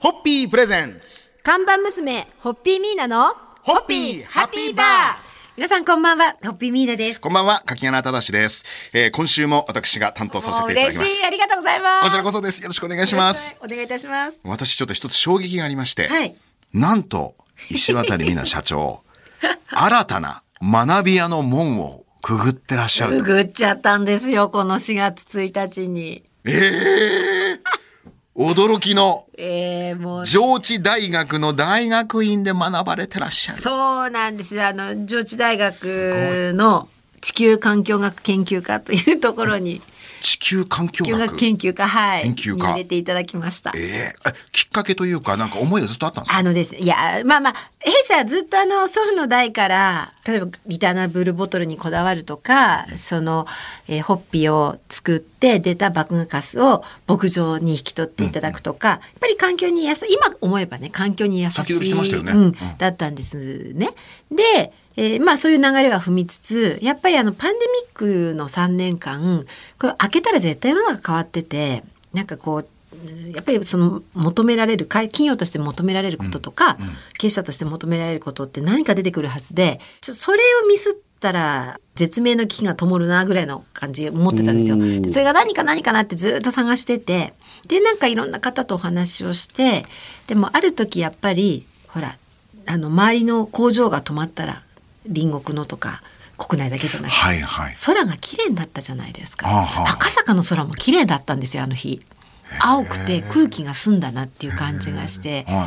ホッピープレゼンツ看板娘、ホッピーミーナの、ホッピーハッピーバー皆さんこんばんは、ホッピーミーナです。こんばんは柿原忠です、えー、今週も私が担当させていただきま嬉しい、すありがとうございます。こちらこそですよろしくお願いします。お願いいたします。私ちょっと一つ衝撃がありまして、はいなんと石渡美奈社長新たな学び屋の門をくぐってらっしゃるうとぐっちゃったんですよ、この4月1日に。ええ驚きのえー、もう。上智大学の大学院で学ばれてらっしゃるそうなんですよ。あの、上智大学の地球環境学研究科というところに、地球環境地球学学研究科、はい。研究科に入れていただきました。えええきっかけというかなんか思いがずっとあったんですかあのですね、いや、まあまあ、弊社はずっとあの、祖父の代から、例えばリターナブルボトルにこだわるとか、その、えーホッピーを作って出た麦芽カスを牧場に引き取っていただくとか、やっぱり環境に優しい、今思えばね、環境に優しい。先取りしてましたよねうんうんだったんですね。で、えーまあそういう流れは踏みつつ、やっぱりあの、パンデミックの3年間、これ開けたら絶対世の中変わってて、なんかこう、やっぱりその求められる会企業として求められることとか、経営者として求められることって何か出てくるはずでちょそれをミスったら絶命の危機が灯るなぐらいの感じ思ってたんですよ。でそれが何か何かなってずっと探しててでなんかいろんな方とお話をしてでもある時やっぱりほらあの周りの工場が止まったら隣国のとか国内だけじゃなくてはいはい空が綺麗になったじゃないですか、ああはあ赤坂の空も綺麗だったんですよあの日青くて空気が澄んだなっていう感じがして、はい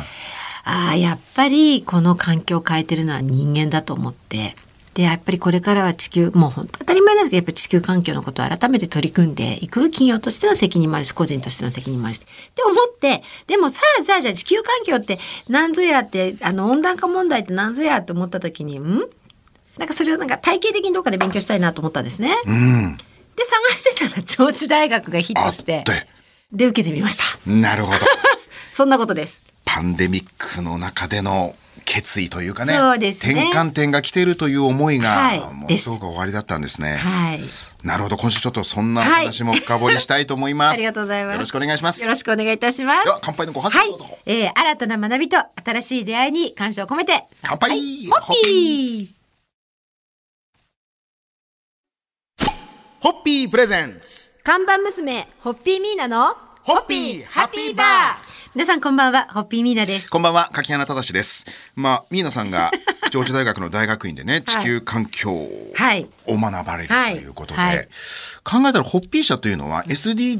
ああやっぱりこの環境を変えてるのは人間だと思ってでやっぱりこれからは地球もう本当当たり前なんですけどやっぱり地球環境のことを改めて取り組んでいく企業としての責任もあるし個人としての責任もあるしって思ってでもさあじゃあじゃあ地球環境って何ぞやってあの温暖化問題って何ぞやと思った時にんなんかそれをなんか体系的にどっかで勉強したいなと思ったんですね。うんで探してたら上智大学がヒッあトっしててで受けてみましたなるほどそんなことですパンデミックの中での決意というかねそうですね転換点が来てるという思いが、はいもうですすごく終わりだったんですね、はいなるほど今週ちょっとそんなお話も深掘りしたいと思いまあすりがとうございますよろしくお願いしますよろしくお願いいたしますでは乾杯のご発は声いどうぞ、、えー、新たな学びと新しい出会いに感謝を込めて乾杯、ホッピーホッピープレゼンツ看板娘ホッピーミーナのホッピーハッピーバー皆さんこんばんはホッピーミーナですこんばんは、柿原忠です。まあ、ミーナさん が上智大学の大学院でね、地球環境をはい学ばれるということで、はいはい考えたらホッピー社というのは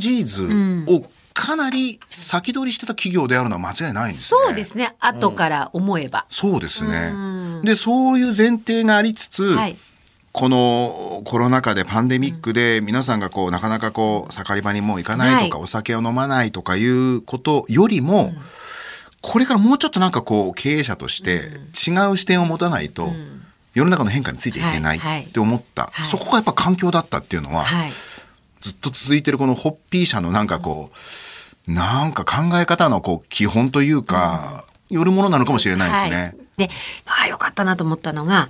SDGs をかなり先取りしてた企業であるのは間違いないんですね。そうですね後から思えば、そうですね。で、そういう前提がありつつ、はいこのコロナ禍でパンデミックで皆さんがこうなかなかこう盛り場にもう行かないとか、はお酒を飲まないとかいうことよりも、これからもうちょっとなんかこう経営者として違う視点を持たないと、世の中の変化についていけないはいはいって思った、はいそこがやっぱ環境だったっていうのは、はいずっと続いてるこのホッピー社のなんかこう、なんか考え方のこう基本というか、よるものなのかもしれないですね。はい、でああよかったなと思ったのが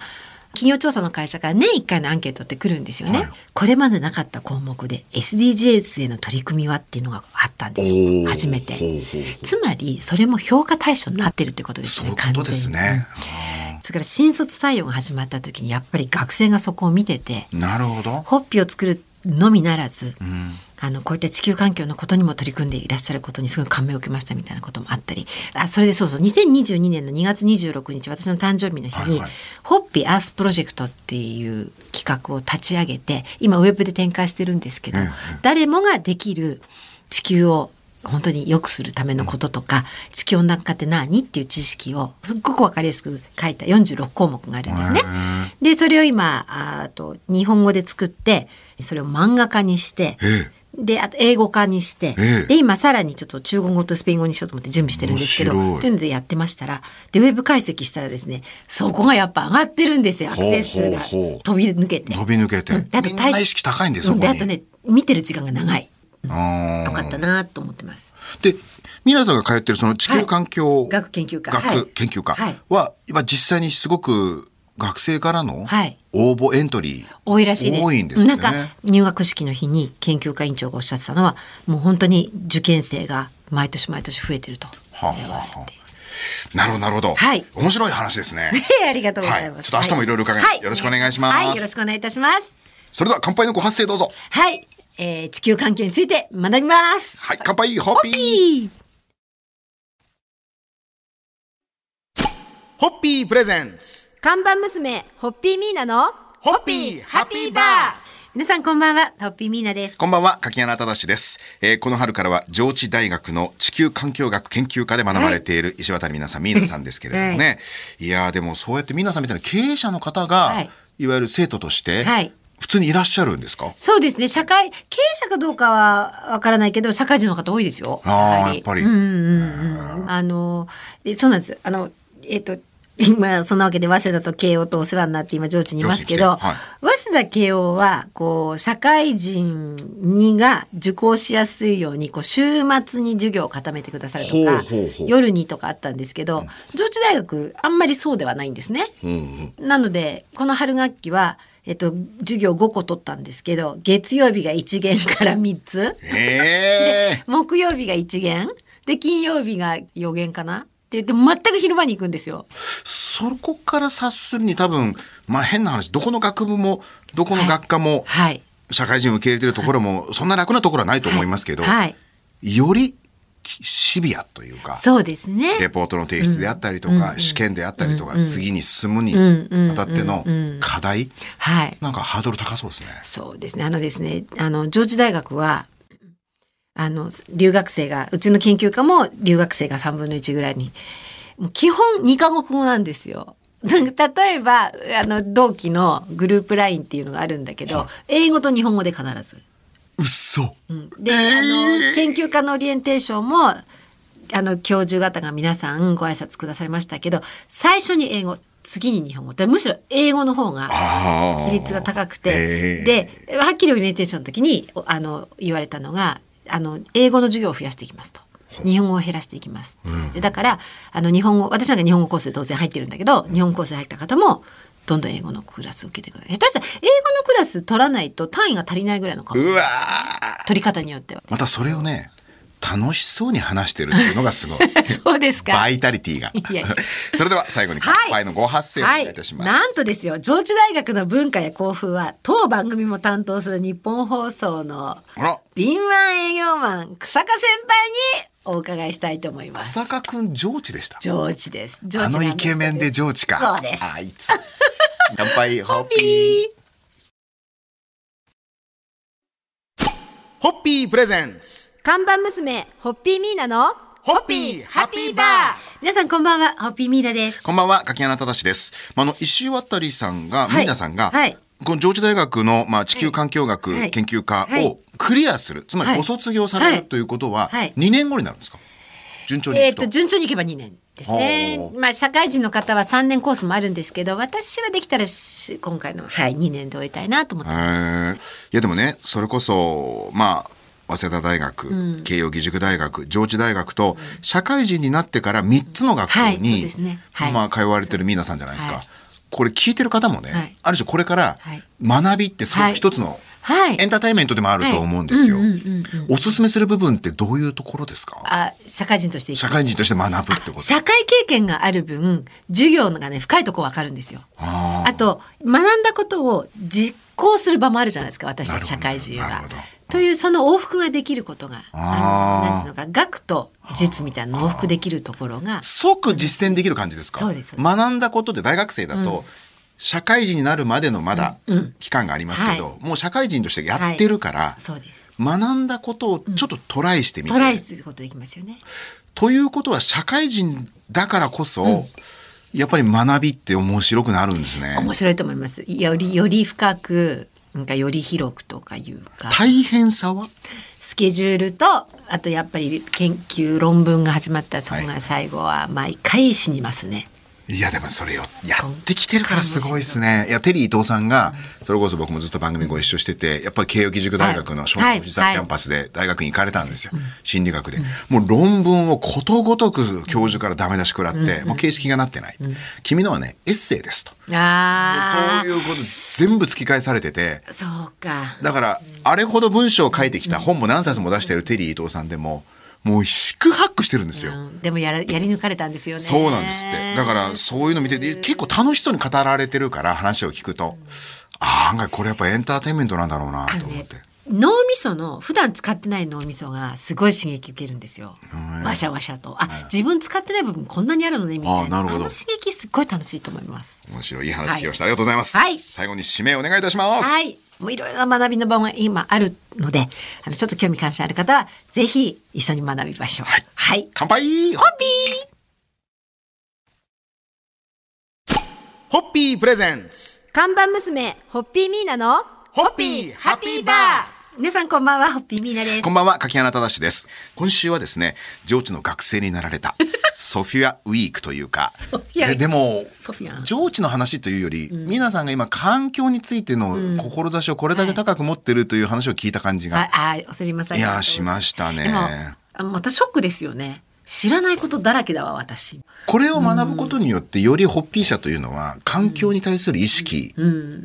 企業調査の会社から年1回のアンケートって来るんですよね、はいこれまでなかった項目で SDGs への取り組みはっていうのがあったんですおーよ初めてほうほうほつまりそれも評価対象になってるってことですそうねいうことです完全にね。それから新卒採用が始まった時にやっぱり学生がそこを見ててなるほど。ホッピーを作るのみならず、あのこういった地球環境のことにも取り組んでいらっしゃることにすごい感銘を受けましたみたいなこともあったりあそれでそうそう2022年の2月26日私の誕生日の日に、はいはいホッピーアースプロジェクトっていう企画を立ち上げて今ウェブで展開してるんですけど、ええ誰もができる地球を本当に良くするためのこととか、地球温暖化って何っていう知識をすっごく分かりやすく書いた46項目があるんですね。でそれを今ああと日本語で作ってそれを漫画化にして、えであと英語化にして、ええで今さらにちょっと中国語とスペイン語にしようと思って準備してるんですけど面白いというのでやってましたらでウェブ解析したらですねそこがやっぱ上がってるんですよアクほうほうほうセス数が飛び抜けて。飛び抜けて。うんであとみんな意識高いんですよ、うそでこあに。とね見てる時間が長いあよかーったなと思ってます。で、ミラさんが通ってるその地球環境、はい学研究科はい学研究科はいは、今実際にすごく学生からのはい応募エントリー。多いらしいです。多いんですねなんか入学式の日に研究会委員長がおっしゃってたのは、もう本当に受験生が毎年毎年増えてると。 はあこれはあっていうはあなるほどなるほど。はい面白い話ですね。ありがとうございはまいす。ちょっと明日もいろいろ伺いよろしくお願いしますはい、よろしくお願いいたします。それでは乾杯のご発声どうぞ。はい、えー、地球環境について学びます。はい、乾杯ホッピー。ホッピープレゼンツ。看板娘、ホッピーミーナの、ホッピーハッピーバー皆さんこんばんは、ホッピーミーナです。こんばんは、柿原忠です、えーこの春からは上智大学の地球環境学研究科で学ばれている石渡美奈さん、美奈さんですけれども ね。い、やーでもそうやって美奈さんみたいな経営者の方が、はいい、わゆる生徒として、はい普通にいらっしゃるんですかそうですね、社会、経営者かどうかはわからないけど、社会人の方多いですよ。あーやっぱりうんうんうん。あの、でそうなんです。あの、えっ、と、今そんなわけで早稲田と慶応とお世話になって今上智にいますけ上ど、智来て早稲田慶応はこう社会人にが受講しやすいようにこう週末に授業を固めてくださるとかほうほうほう夜にとかあったんですけど、上智大学あんまりそうではないんですね。なのでこの春学期は、えっと、授業5個取ったんですけど月曜日が1限から3つええ 木曜日が1限で金曜日が4限かなって言って全く昼間に行くんですよ。そこから察するに多分、まあ変な話、どこの学部も、どこの学科も、はい社会人を受け入れてるところも、そんな楽なところはないと思いますけど、はい、よりきシビアというか、そうですね。レポートの提出であったりとか、試験であったりとか、次に進むにあたっての課題、はいなんかハードル高そうですね。そうですね。あのですね、あの上智大学は。あの留学生がうちの研究科も留学生が3分の1ぐらいにもう基本2科目語なんですよ。なんか例えばあの同期のグループラインっていうのがあるんだけど英語と日本語で必ず。うっそ、で、あの研究家のオリエンテーションもあの教授方が皆さんご挨拶くださいましたけど最初に英語次に日本語でむしろ英語の方がああ比率が高くて、ええではっきりオリエンテーションの時におあの言われたのがあの英語の授業を増やしていきますと。日本語を減らしていきます、でだからあの日本語私なんか日本語コースで当然入ってるんだけど日本語コースで入った方もどんどん英語のクラスを受けてください下手したら英語のクラス取らないと単位が足りないぐらいの感う覚わー取り方によってはまたそれをね楽しそうに話してるっていうのがすご いそうですかバイタリティがいやいや それでは最後に乾杯のご発声をお願いいたします、はい、なんとですよ上智大学の文化や校風は当番組も担当する日本放送のあら敏腕営業マン草加先輩にお伺いしたいと思います浅香くん上智でした上智です上智あなのんイケメンです上智かそうですあいつ乾 杯ホッピーホッピープレゼンツ看板娘ホッピーミーナのホッピーハッピーバー皆さんこんばんはホッピーミーナですこんばんは、柿原忠です。まあ、あの、石渡さんが、い皆さんが、はいこの上智大学の、まあ、地球環境学はい研究科はいをクリアする、つまはりいご卒業される、はいということは、はい2年後になるんですか順調にえいっくと。と順調にいけば2年ですねお。まあ社会人の方は3年コースもあるんですけど、私はできたらし今回のはい2年で終えたいなと思って。へえいや、でもね、それこそ、まあ、早稲田大学、慶應義塾大学、上智大学と、社会人になってから3つの学校はいそうに、ですねはいまあ、通われてる皆さんじゃないですか。はいこれ聞いてる方もね、はいある種これからはい学びってすごはくい一つのはいエ。ンターテインメントでもあると思うんですよはいうんうんうん。おすすめする部分ってどういうところですかあ社会人として生き社会人として学ぶってこと。社会経験がある分授業がね深いとこわかるんですよ。あーあと学んだことを実行する場もあるじゃないですか私たち社会人なるはほどなるほ。というその往復ができることがああーのなんていうのか学と実みたいなの往復できるところが即実践できる感じですかそうですそうで学んだことで大学生だと、社会人になるまでのまだ期間がありますけど、はもう社会人としてやってるから、そうです。学んだことをちょっとトライしてみて、トライすることできますよね。ということは社会人だからこそ、やっぱり学びって面白くなるんですね。面白いと思います。よりより深くなんかより広くとかいうか大変さはスケジュールとあとやっぱり研究論文が始まったらそこが最後は毎回死にますね。いやでもそれをやってきてるからすごいですね。いやテリー伊藤さんがそれこそ僕もずっと番組ご一緒しててやっぱり慶應義塾大学の小はい学藤沢キャンパスで大学に行かれたんですよ、心理学で、もう論文をことごとく教授からダメ出し食らって、もう形式がなってない、君のはねエッセイですとああそういうこと全部突き返されててそうか。だからあれほど文章を書いてきた本も何冊も出してるテリー伊藤さんでももう四苦八苦してるんですよ。うんでもやらやり抜かれたんですよね。そうなんですって。だからそういうの見てて、結構楽しそうに語られてるから話を聞くと、ああ、案外これやっぱエンターテインメントなんだろうなと思って。脳みその普段使ってない脳みそがすごい刺激受けるんですよ。わしゃわしゃと。あ、自分使ってない部分こんなにあるのねみたいな。あなるほどあの刺激すっごい楽しいと思います。面白いいい話聞きました。ありがとうございます。はい最後に締めお願いいたします。はい。もういろいろな学びの場が今あるので、あのちょっと興味関心ある方はぜひ一緒に学びましょう。はい。はい。乾杯ホッピーホッピープレゼンツ看板娘ホッピーミーナのホッピーハッピーバー皆さんこんばんはホッピーミーナですこんばんは、柿原忠です。今週はですね、上智の学生になられ た、ソフィアウィークというかソフ、ィアででもソフィア、上智の話というより、皆さんが今、環境についての志をこれだけ高く持ってるという話を聞いた感じが、ああ恐れませんいやー、しましたでもね。あまたショックですよね知らないことだらけだわ私これを学ぶことによって、よりホッピー社というのは、環境に対する意識、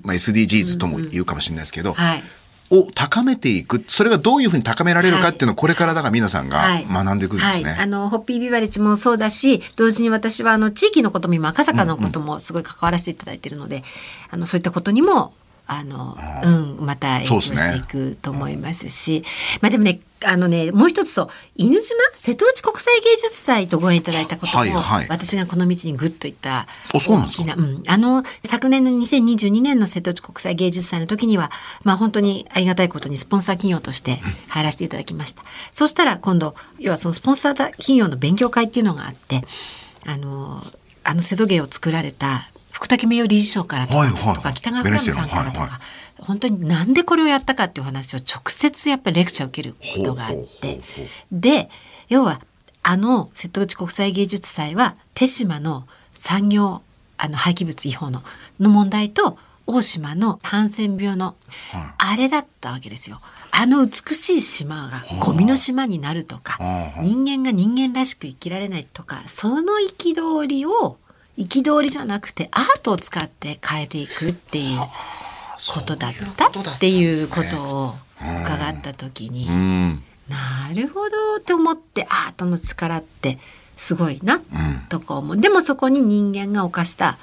まあ、SDGs とも言うかもしれないですけど、はいを高めていく、それがどういうふうに高められるかっていうのを、これからだから皆さんはがい学んでいくんですね。はい、あのホッピービバレッジもそうだし同時に私はあの地域のことも今赤坂のこともすごい関わらせていただいているので、あのそういったことにもあの、うん、また影響していくと思いますしまあでもねあのねもう一つそう犬島瀬戸内国際芸術祭とご縁いただいたことも、はいはい私がこの道にぐっといったあそうなんですか大きなうん、あの昨年の2022年の瀬戸内国際芸術祭の時には、まあ、本当にありがたいことにスポンサー企業として入らせていただきましたそしたら今度要はそのスポンサー企業の勉強会っていうのがあってあのあの瀬戸芸を作られた福武名誉理事長からとか,、はいはいとか北川福山さんかベネらとか、ッセのはいはい本当になんでこれをやったかっていうお話を直接やっぱりレクチャーを受けることがあっほうほうほうてほうで要はあの瀬戸内国際芸術祭は手島の産業あの廃棄物違法のの問題と大島のハンセン病のあれだったわけですよ。あの美しい島がゴミの島になるとかはあ人間が人間らしく生きられないとかその憤りを憤りじゃなくてアートを使って変えていくっていうことだったっていうことを伺った時に。うんなるほどって思ってアートの力ってすごいなとか思う、でもそこに人間が犯した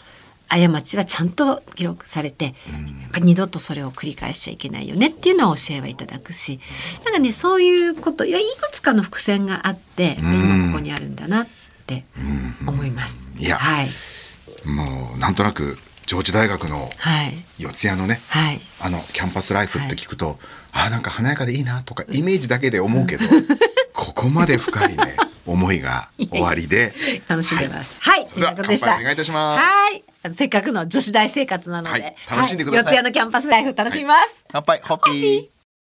過ちはちゃんと記録されて、やっぱ二度とそれを繰り返しちゃいけないよねっていうのを教えはいただくしなんかねそういうこといやいくつかの伏線があって、今ここにあるんだなって思います。いやはい、もうなんとなく上智大学のはい四谷のね、はいあのキャンパスライフって聞くと、あなんか華やかでいいなとかイメージだけで思うけど、ここまで深い ね思いが終わりで楽しんでます。はい、とではいうことでした乾杯お願いいたしますはい、あのせっかくの女子大生活なので、はい楽しんでくださいは四谷のキャンパスライフ楽しみます。乾杯ホッピー